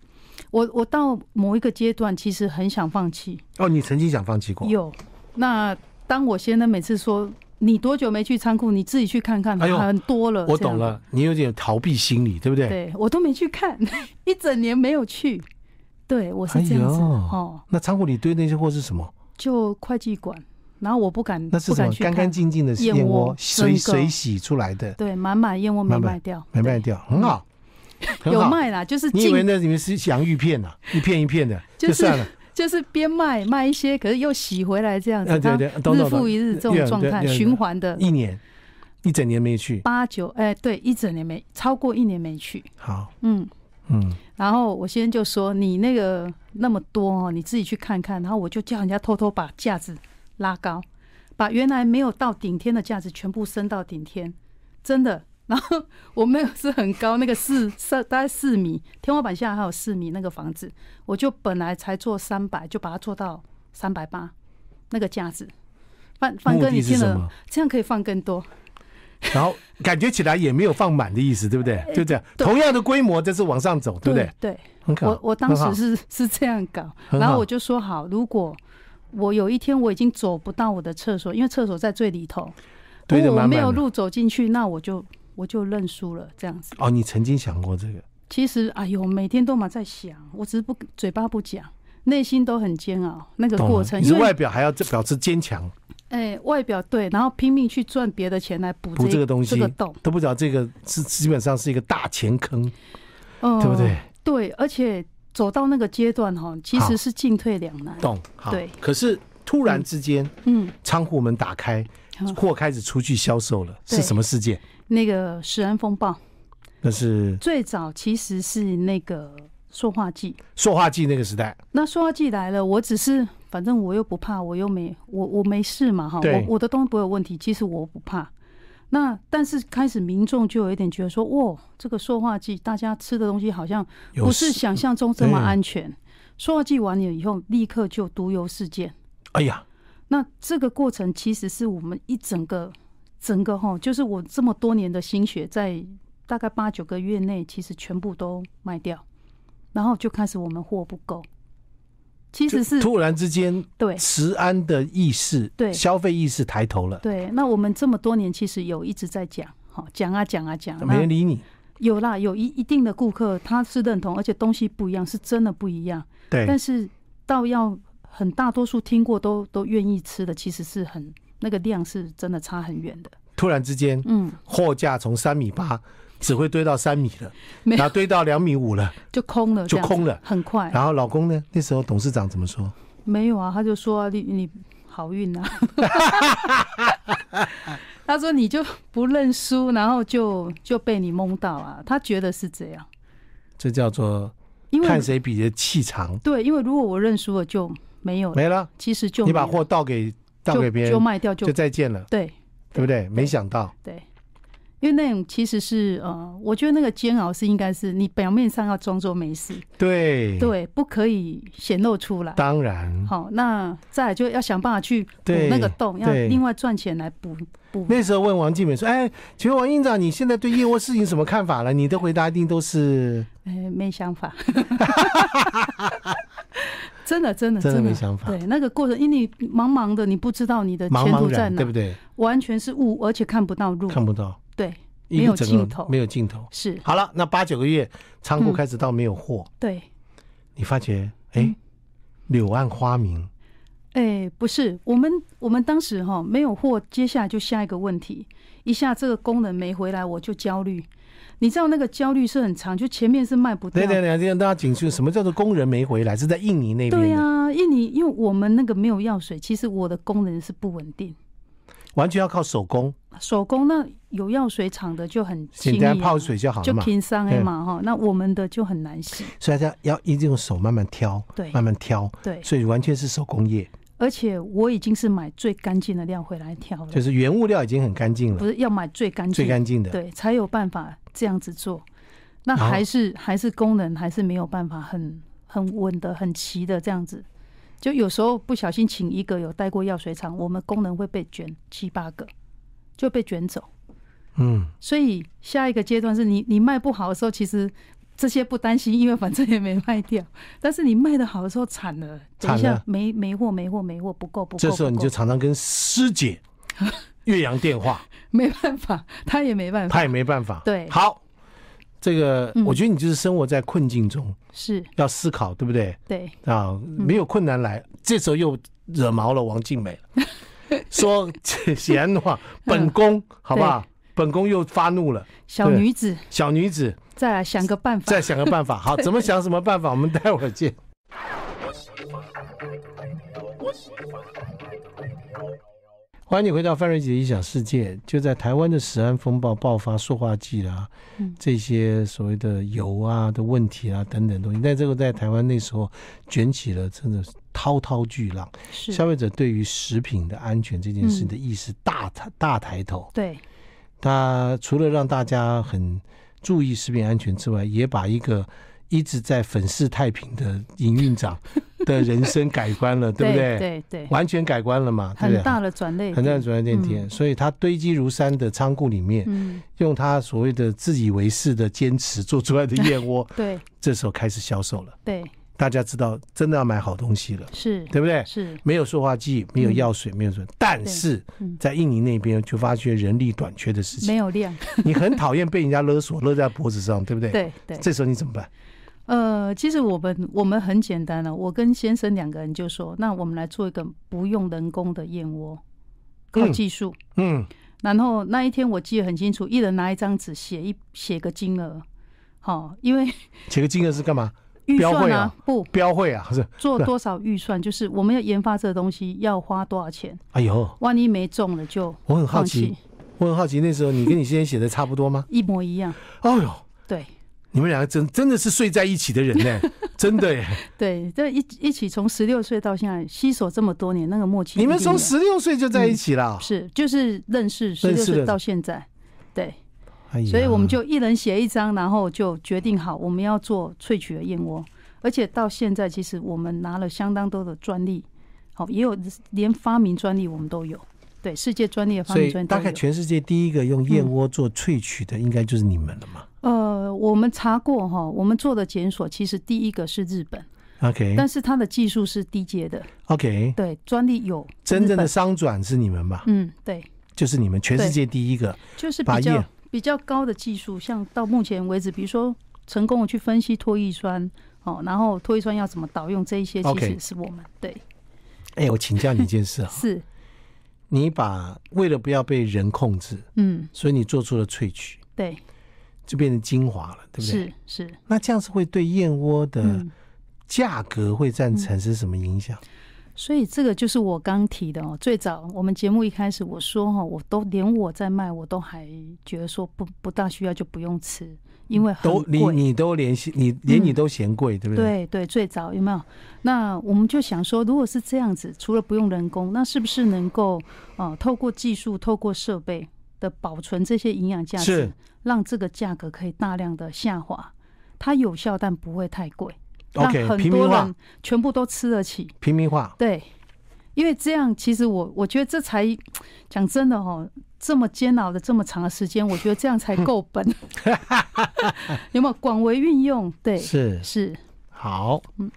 Speaker 2: 我我到某一个阶段其实很想放弃，
Speaker 1: 哦，你曾经想放弃过，
Speaker 2: 有，那当我先生每次说你多久没去仓库，你自己去看看，
Speaker 1: 哎呦
Speaker 2: 很多了。
Speaker 1: 我
Speaker 2: 这
Speaker 1: 懂，
Speaker 2: 样
Speaker 1: 了，你有点逃避心理，对不对？
Speaker 2: 对我都没去看， 一整年没有去。对我是这样子、
Speaker 1: 哎呦
Speaker 2: 哦，
Speaker 1: 那仓库里堆那些货是什么？
Speaker 2: 就会计馆，然后我不敢，
Speaker 1: 那是
Speaker 2: 不
Speaker 1: 什
Speaker 2: 敢
Speaker 1: 么？
Speaker 2: 去
Speaker 1: 干
Speaker 2: 看，
Speaker 1: 干净净的
Speaker 2: 燕
Speaker 1: 燕窝
Speaker 2: 窝，
Speaker 1: 水
Speaker 2: 整个
Speaker 1: 水洗出来的，
Speaker 2: 对，满满燕窝没
Speaker 1: 满满
Speaker 2: 卖掉，
Speaker 1: 没卖
Speaker 2: 对，嗯
Speaker 1: 掉，很 好，很
Speaker 2: 有
Speaker 1: 好。
Speaker 2: 卖啦，就是
Speaker 1: 你以为
Speaker 2: 进
Speaker 1: 那里面是洋芋片呐、一片一片 的，
Speaker 2: 就是
Speaker 1: 算了。
Speaker 2: 就是边卖卖一些，可是又洗回来这样子，
Speaker 1: 啊对
Speaker 2: 它
Speaker 1: 对懂懂
Speaker 2: 日复一日这
Speaker 1: 懂
Speaker 2: 种状
Speaker 1: 对
Speaker 2: 态
Speaker 1: 对对
Speaker 2: 循环的
Speaker 1: 一年，一整年没去。
Speaker 2: 八九哎，对，一整年没超过一年没去，
Speaker 1: 好，
Speaker 2: 嗯。
Speaker 1: 嗯，
Speaker 2: 然后我先就说你那个那么多哦，你自己去看看。然后我就叫人家偷偷把架子拉高，把原来没有到顶天的架子全部升到顶天，真的。然后我没有是很高，那个四四大概四米，天花板下还有四米那个房子，我就本来才做三百，就把它做到三百八那个架子。范范
Speaker 1: 目
Speaker 2: 哥，
Speaker 1: 的
Speaker 2: 你
Speaker 1: 是
Speaker 2: 听
Speaker 1: 什
Speaker 2: 了
Speaker 1: 么？
Speaker 2: 这样可以放更多，
Speaker 1: 然后感觉起来也没有放满的意思，对不对？就这样，
Speaker 2: 呃对
Speaker 1: 同样的规模，这是往上走，对不对？
Speaker 2: 对。
Speaker 1: 很好。
Speaker 2: 我我当
Speaker 1: 很好
Speaker 2: 时是是这样搞，
Speaker 1: 很好
Speaker 2: 然后我就说好，如果我有一天我已经走不到我的厕所，因为厕所在最里头，
Speaker 1: 堆得
Speaker 2: 哦如果我
Speaker 1: 满
Speaker 2: 没有
Speaker 1: 满的。
Speaker 2: 路走进去，那我就我就认输了，这样子。
Speaker 1: 哦，你曾经想过这个？
Speaker 2: 其实哎呦，每天都嘛在想，我只是不嘴巴不讲，内心都很煎熬那个
Speaker 1: 懂
Speaker 2: 过
Speaker 1: 了
Speaker 2: 程，
Speaker 1: 你是
Speaker 2: 因
Speaker 1: 外
Speaker 2: 为
Speaker 1: 表还要表示坚强，
Speaker 2: 哎外表对，然后拼命去赚别的钱来补
Speaker 1: 补这个东西
Speaker 2: 这个洞，
Speaker 1: 都不知道这个是基本上是一个大钱坑，
Speaker 2: 嗯
Speaker 1: 对不对？？
Speaker 2: 对，而且走到那个阶段哈，其
Speaker 1: 好
Speaker 2: 实是进退两难。
Speaker 1: 懂，好。
Speaker 2: 对
Speaker 1: 可是突然之间，
Speaker 2: 嗯，
Speaker 1: 仓库门打开，
Speaker 2: 好
Speaker 1: 货开始出去销售了，
Speaker 2: 嗯哦对
Speaker 1: 是什么事件？
Speaker 2: 那个食安风暴。
Speaker 1: 那是
Speaker 2: 最早其实是那个塑化剂。
Speaker 1: 塑化剂那个时代，
Speaker 2: 那塑化剂来了，我只是反正我又不怕，我又没我我没事嘛哈，
Speaker 1: 对
Speaker 2: 我我的东西不会有问题，其实我不怕。那但是开始民众就有一点觉得说，哇，这个塑化剂大家吃的东西好像
Speaker 1: 有
Speaker 2: 不是
Speaker 1: 事
Speaker 2: 想象中这么
Speaker 1: 对
Speaker 2: 安全。塑化剂完了以后，立刻就毒油事件。
Speaker 1: 哎呀，
Speaker 2: 那这个过程其实是我们一整个整个哈，就是我这么多年的心血，在大概八九个月内，其实全部都卖掉，然后就开始我们货不够，其实是
Speaker 1: 突然之间，
Speaker 2: 对
Speaker 1: 食安的意识、
Speaker 2: 对
Speaker 1: 消费意识抬头了，
Speaker 2: 对。那我们这么多年其实有一直在讲，好讲啊讲啊讲，
Speaker 1: 没
Speaker 2: 那
Speaker 1: 人理你。
Speaker 2: 有啦，有一一定的顾客他是认同，而且东西不一样，是真的不一样。
Speaker 1: 对，
Speaker 2: 但是到要很大多数听过都都愿意吃的，其实是很那个量是真的差很远的。
Speaker 1: 突然之间，
Speaker 2: 嗯，
Speaker 1: 货架从三米八只会堆到三米了，
Speaker 2: 没有
Speaker 1: 然后堆到两米五 了。
Speaker 2: 就空了，
Speaker 1: 就
Speaker 2: 这样子
Speaker 1: 空了
Speaker 2: 很快。
Speaker 1: 然后老公呢？那时候董事长怎么说？
Speaker 2: 没有啊，他就说、啊、你你好运 啊，他说你就不认输，然后就就被你蒙到啊，他觉得是这样，
Speaker 1: 这叫做
Speaker 2: 因为
Speaker 1: 看谁比的气长。
Speaker 2: 对，因为如果我认输了就没有了，
Speaker 1: 没了，
Speaker 2: 其实就
Speaker 1: 你把
Speaker 2: 没了
Speaker 1: 货倒给倒
Speaker 2: 就
Speaker 1: 给别
Speaker 2: 就
Speaker 1: 人，
Speaker 2: 卖掉就
Speaker 1: 就再见了，
Speaker 2: 对
Speaker 1: 对不对？没想到，
Speaker 2: 对。因为那种其实是呃，我觉得那个煎熬是应该是你表面上要装作没事，
Speaker 1: 对，
Speaker 2: 对，不可以显露出来。
Speaker 1: 当然，
Speaker 2: 好，那再来就要想办法去补
Speaker 1: 对
Speaker 2: 那个洞，
Speaker 1: 嗯
Speaker 2: 要
Speaker 1: 对
Speaker 2: 另外赚钱来补补。
Speaker 1: 那时候问王静美说：“哎，请问王院长，你现在对燕窝事情什么看法了？”你的回答一定都是
Speaker 2: 哎，没 想法，真的真的
Speaker 1: 真
Speaker 2: 真
Speaker 1: 的没想法
Speaker 2: 对，那个过程，因为你茫茫的，你不知道你的
Speaker 1: 茫
Speaker 2: 呃前
Speaker 1: 茫
Speaker 2: 途在
Speaker 1: 然，
Speaker 2: 哪，
Speaker 1: 对不对？
Speaker 2: 完全是雾，而且看不到路。
Speaker 1: 看不到，
Speaker 2: 对，
Speaker 1: 一
Speaker 2: 没有
Speaker 1: 整个
Speaker 2: 尽头
Speaker 1: 没有尽头。
Speaker 2: 是，
Speaker 1: 好了，那八九个月，仓库
Speaker 2: 嗯
Speaker 1: 开始到没有货，
Speaker 2: 对，
Speaker 1: 你发觉，哎
Speaker 2: 嗯，
Speaker 1: 柳暗花明，
Speaker 2: 哎，不是，我们我们当时哈没有货，接下来就下一个问题，一下这个功能没回来，我就焦虑。你知道那个焦虑是很长，就前面是卖不掉
Speaker 1: 对，对对，这样大家警讯，什么叫做工人没回来？是在印尼那
Speaker 2: 对
Speaker 1: 边
Speaker 2: 呀、
Speaker 1: 的，
Speaker 2: 啊，因为你因为我们那个没有药水，其实我的功能是不稳定。
Speaker 1: 完全要靠手工，
Speaker 2: 手工那有药水厂的就很轻易、
Speaker 1: 简
Speaker 2: 啊，
Speaker 1: 单泡水就好了
Speaker 2: 就
Speaker 1: 嘛。
Speaker 2: 拼商哎嘛哈，那我们的就很难洗。
Speaker 1: 所以大家要一直用手慢慢挑，
Speaker 2: 对
Speaker 1: 慢慢挑，
Speaker 2: 对，
Speaker 1: 所以完全是手工业，
Speaker 2: 而且我已经是买最干净的料回来挑了，
Speaker 1: 就是原物料已经很干净
Speaker 2: 不
Speaker 1: 了，
Speaker 2: 是要买最干
Speaker 1: 最
Speaker 2: 净，
Speaker 1: 干净的。
Speaker 2: 对，才有办法这样子做。那
Speaker 1: 然后
Speaker 2: 还是还是功能还是没有办法很很稳的、很齐的这样子。就有时候不小心请一个有带过药水厂，我们功能会被卷七八个，就被卷走。
Speaker 1: 嗯，
Speaker 2: 所以下一个阶段是你你卖不好的时候，其实这些不担心，因为反正也没卖掉。但是你卖的好的时候惨了，等一
Speaker 1: 惨
Speaker 2: 下
Speaker 1: 了
Speaker 2: 没没货没货没货不够不够，
Speaker 1: 这时候
Speaker 2: 不
Speaker 1: 你
Speaker 2: 够
Speaker 1: 就常常跟师 姐岳阳电话，
Speaker 2: 没办法，他也没办法，
Speaker 1: 她也没办法。
Speaker 2: 对
Speaker 1: 好，这个
Speaker 2: 嗯
Speaker 1: 我觉得你就是生活在困境中，
Speaker 2: 是
Speaker 1: 要思考，对不对？
Speaker 2: 对
Speaker 1: 啊，
Speaker 2: 嗯
Speaker 1: 没有困难来，这时候又惹毛了王静美 了，说 显然的话，本宫好不好？本宫又发怒了，
Speaker 2: 小
Speaker 1: 对
Speaker 2: 女子，
Speaker 1: 小女子
Speaker 2: 再来想个办 法
Speaker 1: 再。想个办法，好，怎么想什么办法，我们待会儿见。欢迎你回到范瑞杰的异想世界。就在台湾的食安风暴爆发，塑化剂啦、
Speaker 2: 嗯
Speaker 1: 这些所谓的油啊的问题啊等等东西，但这个在台湾那时候卷起了真的是滔滔巨浪。消
Speaker 2: 是，
Speaker 1: 费者对于食品的安全这件事
Speaker 2: 嗯
Speaker 1: 的意识大抬、大抬头。
Speaker 2: 对
Speaker 1: 他除了让大家很注意食品安全之外，也把一个一直在粉饰太平的营运长 的人生改观了，对不对？
Speaker 2: 对对，
Speaker 1: 完全改观了嘛，对不
Speaker 2: 很
Speaker 1: 对？
Speaker 2: 大的转类，
Speaker 1: 很大的转变点，
Speaker 2: 嗯
Speaker 1: 所以他堆积如山的仓库里面，
Speaker 2: 嗯，
Speaker 1: 用他所谓的自以为是的坚持做出来的燕 窝，
Speaker 2: 对
Speaker 1: 这时候开始销售了。
Speaker 2: 对
Speaker 1: 大家知道，真的要买好东西了，
Speaker 2: 是
Speaker 1: 对不对？
Speaker 2: 是，
Speaker 1: 没有塑化剂，没有药水，没有什么。但是
Speaker 2: 嗯
Speaker 1: 在印尼那边就发觉人力短缺的事情，
Speaker 2: 没有量，
Speaker 1: 你很讨厌被人家勒索，勒在脖子上，对不对？。
Speaker 2: 对对。
Speaker 1: 这时候你怎么办？
Speaker 2: 呃，其实我们我们很简单了、啊我跟先生两个人就说，那我们来做一个不用人工的燕窝，靠
Speaker 1: 嗯
Speaker 2: 技术。
Speaker 1: 嗯，
Speaker 2: 然后那一天我记得很清楚，一人拿一张纸写一写个金额，好、因为
Speaker 1: 写个金额是干嘛？
Speaker 2: 预
Speaker 1: 标
Speaker 2: 算
Speaker 1: 会
Speaker 2: 啊
Speaker 1: 啊，
Speaker 2: 不
Speaker 1: 标会啊，是？
Speaker 2: 做多少预算，就是我们要研发这个东西要花多少钱，
Speaker 1: 哎呦，
Speaker 2: 万一没中了就
Speaker 1: 我很好
Speaker 2: 放
Speaker 1: 奇
Speaker 2: 弃，，？
Speaker 1: 我很好奇，那时候你跟你先生写的差 不多吗
Speaker 2: 一模一样。
Speaker 1: 哦呦，
Speaker 2: 对
Speaker 1: 你们两个真真的是睡在一起的人呢，真的耶！
Speaker 2: 对，这一一起从十六岁到现在，携手这么多年，那个默契一
Speaker 1: 你
Speaker 2: 定有。
Speaker 1: 们从十六岁就在一起了，啊
Speaker 2: 是就是认识十
Speaker 1: 认
Speaker 2: 六
Speaker 1: 识
Speaker 2: 岁
Speaker 1: 的
Speaker 2: 到现在，对，
Speaker 1: 哎呀
Speaker 2: 所以我们就一人写一张，然后就决定好我们要做萃取的燕窝，而且到现在其实我们拿了相当多的专利，好，也有连发明专利我们都有，对，世界专利的发
Speaker 1: 所
Speaker 2: 明
Speaker 1: 以
Speaker 2: 专利都
Speaker 1: 大概
Speaker 2: 有。
Speaker 1: 全世界第一个用燕窝做萃取的，应该就是你们了嘛。
Speaker 2: 呃，我们查过哈，我们做的检索其实第一个是日本，
Speaker 1: OK
Speaker 2: 但是它的技术是低阶的，
Speaker 1: OK，
Speaker 2: 对，专利有
Speaker 1: 真正的
Speaker 2: 日
Speaker 1: 商转是你们吧？
Speaker 2: 本，嗯，对，
Speaker 1: 就是你们全世界第一个。
Speaker 2: 就是
Speaker 1: 把
Speaker 2: 比较
Speaker 1: 叶
Speaker 2: 比较高的技术，像到目前为止，比如说成功的去分析脱乙酸，哦，然后脱乙酸要怎么导用，这一些其
Speaker 1: OK
Speaker 2: 实是我们对
Speaker 1: 哎、我请教你一件事 啊，
Speaker 2: 是
Speaker 1: 你把为了不要被人控制，
Speaker 2: 嗯
Speaker 1: 所以你做出了萃取，
Speaker 2: 对
Speaker 1: 就变成精华了，对不对？
Speaker 2: 是是
Speaker 1: 那这样是会对燕窝的
Speaker 2: 嗯，
Speaker 1: 价格会占产生什么影响？
Speaker 2: 所以这个就是我刚提的哦。最早我们节目一开始我说哈、哦，我都连我在卖，我都还觉得说不不大需要就不用吃，因为很
Speaker 1: 都你
Speaker 2: 贵。
Speaker 1: 你都联系你连
Speaker 2: 嗯
Speaker 1: 你都嫌贵，对不对？
Speaker 2: 对对，最早有没有？那我们就想说，如果是这样子，除了不用人工，那是不是能够呃，透过技术、透过设备的保存这些营养价值
Speaker 1: 是，
Speaker 2: 让这个价格可以大量的下滑？它有效，但不会太贵，让
Speaker 1: OK，
Speaker 2: 很
Speaker 1: 平
Speaker 2: 多
Speaker 1: 民化
Speaker 2: 人，全部都吃得起。
Speaker 1: 平民化，
Speaker 2: 对，因为这样，其实我我觉得这才讲真的哦，这么煎熬的这么长的时间，我觉得这样才够 本，有没有广为运用？对，
Speaker 1: 是
Speaker 2: 是
Speaker 1: 好，
Speaker 2: 嗯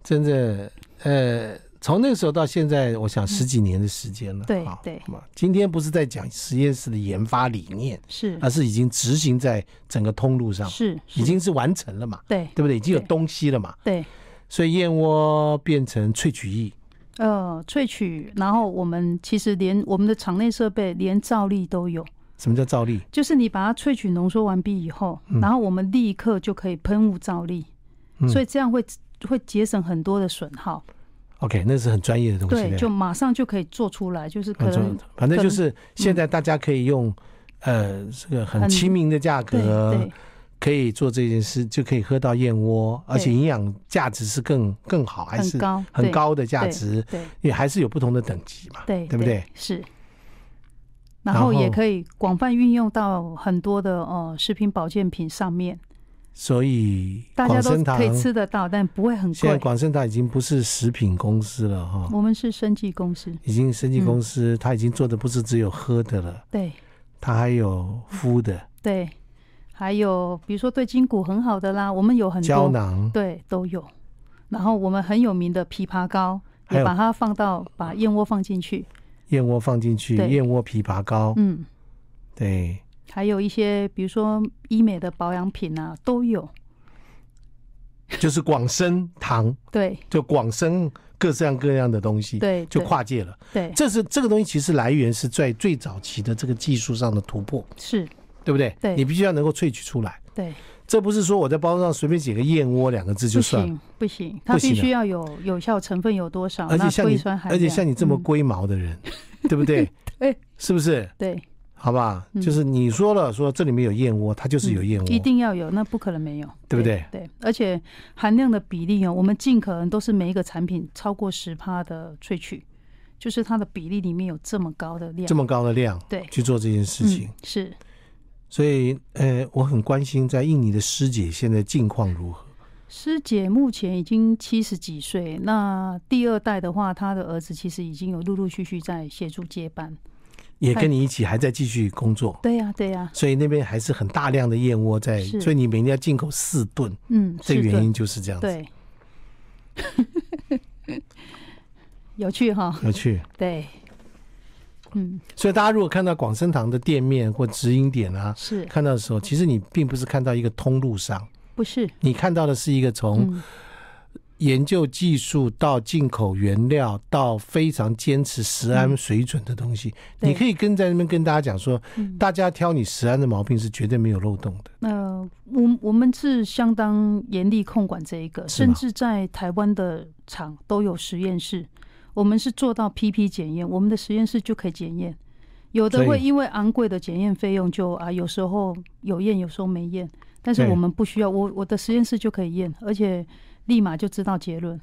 Speaker 1: 真的，呃，从那个时候到现在，我想十几年的时间了。
Speaker 2: 嗯对
Speaker 1: 好
Speaker 2: 对
Speaker 1: 嘛今天不是在讲实验室的研发理念，
Speaker 2: 是
Speaker 1: 而是已经执行在整个通路上，
Speaker 2: 嗯是，
Speaker 1: 已
Speaker 2: 是
Speaker 1: 经是完成了嘛，
Speaker 2: 对
Speaker 1: 对不对？已经有
Speaker 2: 对
Speaker 1: 东西了嘛，
Speaker 2: 对，
Speaker 1: 所以燕窝变成萃取液，
Speaker 2: 呃，萃取，然后我们其实连我们的场内设备连照例都有，
Speaker 1: 什么叫照例？
Speaker 2: 就是你把它萃取浓缩完毕以后，然后我们立刻就可以喷雾照例，
Speaker 1: 嗯
Speaker 2: 所以这样会会节省很多的损耗，
Speaker 1: OK，那是很专业的东西
Speaker 2: 对，
Speaker 1: 了
Speaker 2: 就马上就可以做出来，就是可
Speaker 1: 反
Speaker 2: 能
Speaker 1: 正反正就是现在大家可以用，呃，这个很
Speaker 2: 很
Speaker 1: 亲民的价
Speaker 2: 对
Speaker 1: 格
Speaker 2: 对，
Speaker 1: 可以做这件事，就可以喝到燕窝，而且营养价值是更更好，还
Speaker 2: 很
Speaker 1: 是
Speaker 2: 高
Speaker 1: 很
Speaker 2: 对
Speaker 1: 高的价值，
Speaker 2: 对
Speaker 1: 也还是有不同的等级嘛，
Speaker 2: 对
Speaker 1: 不对？
Speaker 2: 是。
Speaker 1: 然
Speaker 2: 然后也
Speaker 1: 后
Speaker 2: 可以广泛运用到很多的呃食品保健品上面，
Speaker 1: 所以
Speaker 2: 大家
Speaker 1: 广
Speaker 2: 都
Speaker 1: 生堂
Speaker 2: 可以吃得到，但不会很
Speaker 1: 现在
Speaker 2: 贵。
Speaker 1: 广生堂已经不是食品公司了哈，
Speaker 2: 我们是生技公司，
Speaker 1: 已经生技公司，
Speaker 2: 嗯
Speaker 1: 它已经做的不是只有喝的了，
Speaker 2: 对
Speaker 1: 它还有敷的
Speaker 2: 对，还有比如说对筋骨很好的啦，我们有很
Speaker 1: 胶
Speaker 2: 多
Speaker 1: 囊，
Speaker 2: 对都有。然后我们很有名的枇杷膏，
Speaker 1: 还有
Speaker 2: 也把它放到把燕窝放进去，
Speaker 1: 燕窝放进去，
Speaker 2: 对
Speaker 1: 燕窝枇杷膏，
Speaker 2: 嗯，
Speaker 1: 对。
Speaker 2: 还有一些比如说医美的保养品啊都有，
Speaker 1: 就是广生堂，
Speaker 2: 对
Speaker 1: 就广生各式各样的东西，
Speaker 2: 对
Speaker 1: 就
Speaker 2: 对
Speaker 1: 跨界了。
Speaker 2: 对
Speaker 1: 这是这个东西其实来源是在最早期的这个技术上的突破，
Speaker 2: 是，
Speaker 1: 对不对？
Speaker 2: 对
Speaker 1: 你必须要能够萃取出来，
Speaker 2: 对
Speaker 1: 这不是说我在包装上随便写个燕窝两个字
Speaker 2: 不
Speaker 1: 就算了。
Speaker 2: 行不行，它
Speaker 1: 不行
Speaker 2: 必
Speaker 1: 的
Speaker 2: 须要有有效成分有多少，
Speaker 1: 而且
Speaker 2: 那
Speaker 1: 像
Speaker 2: 硅
Speaker 1: 你
Speaker 2: 酸，含
Speaker 1: 而
Speaker 2: 量，
Speaker 1: 且像你这么
Speaker 2: 嗯
Speaker 1: 龟毛的 人，对不对？
Speaker 2: 对，
Speaker 1: 是不是？
Speaker 2: 对，
Speaker 1: 好吧，
Speaker 2: 嗯
Speaker 1: 就是你说了，说这里面有燕窝，它就是有
Speaker 2: 嗯
Speaker 1: 燕窝，
Speaker 2: 一定要有，那不可能没有，
Speaker 1: 对不
Speaker 2: 对？对，而且含量的比例哦，我们尽可能都是每一个产品超过十趴的萃取，就是它的比例里面有这么高的量，
Speaker 1: 这么高的量
Speaker 2: 对
Speaker 1: 去做这件事情
Speaker 2: 嗯。、是
Speaker 1: 所以，呃，我很关心在印尼的师姐现在近况如
Speaker 2: 哎
Speaker 1: 何。
Speaker 2: 师姐目前已经七十几岁，那第二代的话，她的儿子其实已经有陆陆续续在协助接班。
Speaker 1: 也跟你一起还在继续工作，
Speaker 2: 对呀、对呀、
Speaker 1: 所以那边还是很大量的燕窝在，
Speaker 2: 是
Speaker 1: 所以你每天要进口四吨，
Speaker 2: 嗯，
Speaker 1: 这个
Speaker 2: 是
Speaker 1: 原因就是这样子。
Speaker 2: 对。 对有趣哈，
Speaker 1: 有趣，
Speaker 2: 对，嗯，
Speaker 1: 所以大家如果看到广生堂的店面或直营点啊，
Speaker 2: 是
Speaker 1: 看到的时候，其实你并不是看到一个通路上，
Speaker 2: 不是？
Speaker 1: 你看到的是一个从
Speaker 2: 嗯，
Speaker 1: 研究技术到进口原料到非常坚持食安水准的东西。
Speaker 2: 嗯对
Speaker 1: 你可以跟在那边跟大家讲说，
Speaker 2: 嗯
Speaker 1: 大家挑你食安的毛病是绝对没有漏洞的。
Speaker 2: 呃，我我们是相当严厉控管这一个，
Speaker 1: 是吗
Speaker 2: 甚至在台湾的厂都有实验室，我们是做到 PP 检验，我们的实验室就可以检验。有的
Speaker 1: 所以
Speaker 2: 会因为昂贵的检验费用就啊，有时候有验，有时候没验，但是
Speaker 1: 对
Speaker 2: 我们不需要，我我的实验室就可以验，而且立马就知道结论，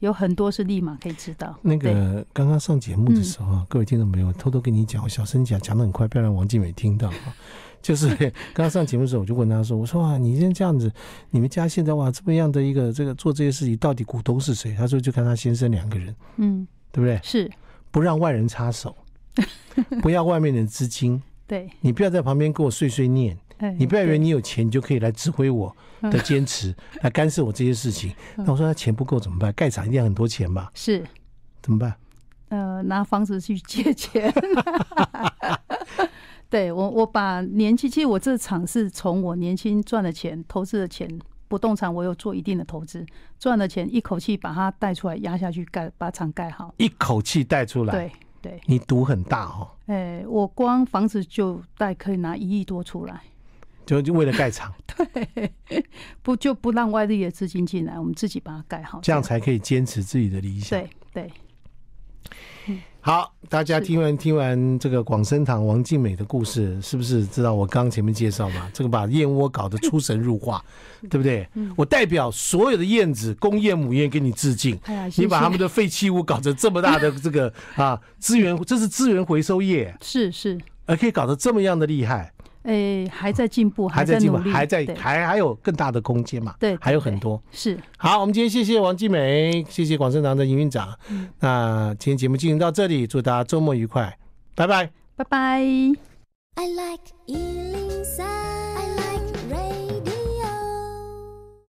Speaker 2: 有很多是立马可以知道。
Speaker 1: 那
Speaker 2: 对嗯
Speaker 1: 个刚刚上节目的时候啊，各位听众朋友，偷偷跟你讲，我小声讲，讲的很快，不要让王静美听到啊。 就是刚刚上节目的时候，我就问他说：“我说啊，你现在这样子，你们家现在哇这么样的一个这个做这些事情，到底股东是谁？”他说：“就看他先生两个人，
Speaker 2: 嗯，
Speaker 1: 对不对？
Speaker 2: 是
Speaker 1: 不让外人插 手，不要外面的资金，
Speaker 2: 对，
Speaker 1: 你不要在旁边跟我碎碎念，
Speaker 2: 哎
Speaker 1: 你不要以为
Speaker 2: 对
Speaker 1: 你有钱你就可以来指挥我的坚 持，来干涉我这些事情。”
Speaker 2: 嗯
Speaker 1: 那我说：“他钱不够怎么办？盖厂一定要很多钱吧？
Speaker 2: 是
Speaker 1: 怎么办？”
Speaker 2: 呃拿房子去借钱。 对我，我把年轻，其实我这场是从我年轻赚的钱、投资的钱，不动产我有做一定的投资，赚的钱一口气把它带出来压下去盖，把厂盖好。
Speaker 1: 一口气带出来，
Speaker 2: 对对，
Speaker 1: 你赌很大哦，
Speaker 2: 哎、我光房子就贷可以拿一亿多出来，
Speaker 1: 就就为了盖 厂，
Speaker 2: 不就不让外力的资金进来，我们自己把它盖好，
Speaker 1: 这样才可以坚持自己的理想。
Speaker 2: 对对，
Speaker 1: 好，大家听完听完这个广生堂王静美的故事，是不是知道我刚前面介绍嘛？这个把燕窝搞得出神入 化，对不对？
Speaker 2: 嗯
Speaker 1: 我代表所有的燕子，公燕母燕，给你致敬。
Speaker 2: 哎呀，谢
Speaker 1: 你把
Speaker 2: 谢
Speaker 1: 他们的废弃物搞成这么大的这个 啊资源，这是资源回收业，
Speaker 2: 是是，
Speaker 1: 而可以搞得这么样的厉害，
Speaker 2: 哎、还在进步，
Speaker 1: 还在进步，
Speaker 2: 努力，
Speaker 1: 还在
Speaker 2: 对
Speaker 1: 还还有更大的空间嘛？
Speaker 2: 对对
Speaker 1: 还有很多。
Speaker 2: 是
Speaker 1: 好，我们今天谢谢王继美，谢谢广生堂的营运长。
Speaker 2: 嗯
Speaker 1: 那今天节目进行到这里，祝大家周末愉快，拜拜。
Speaker 2: 拜拜。
Speaker 3: I like 103.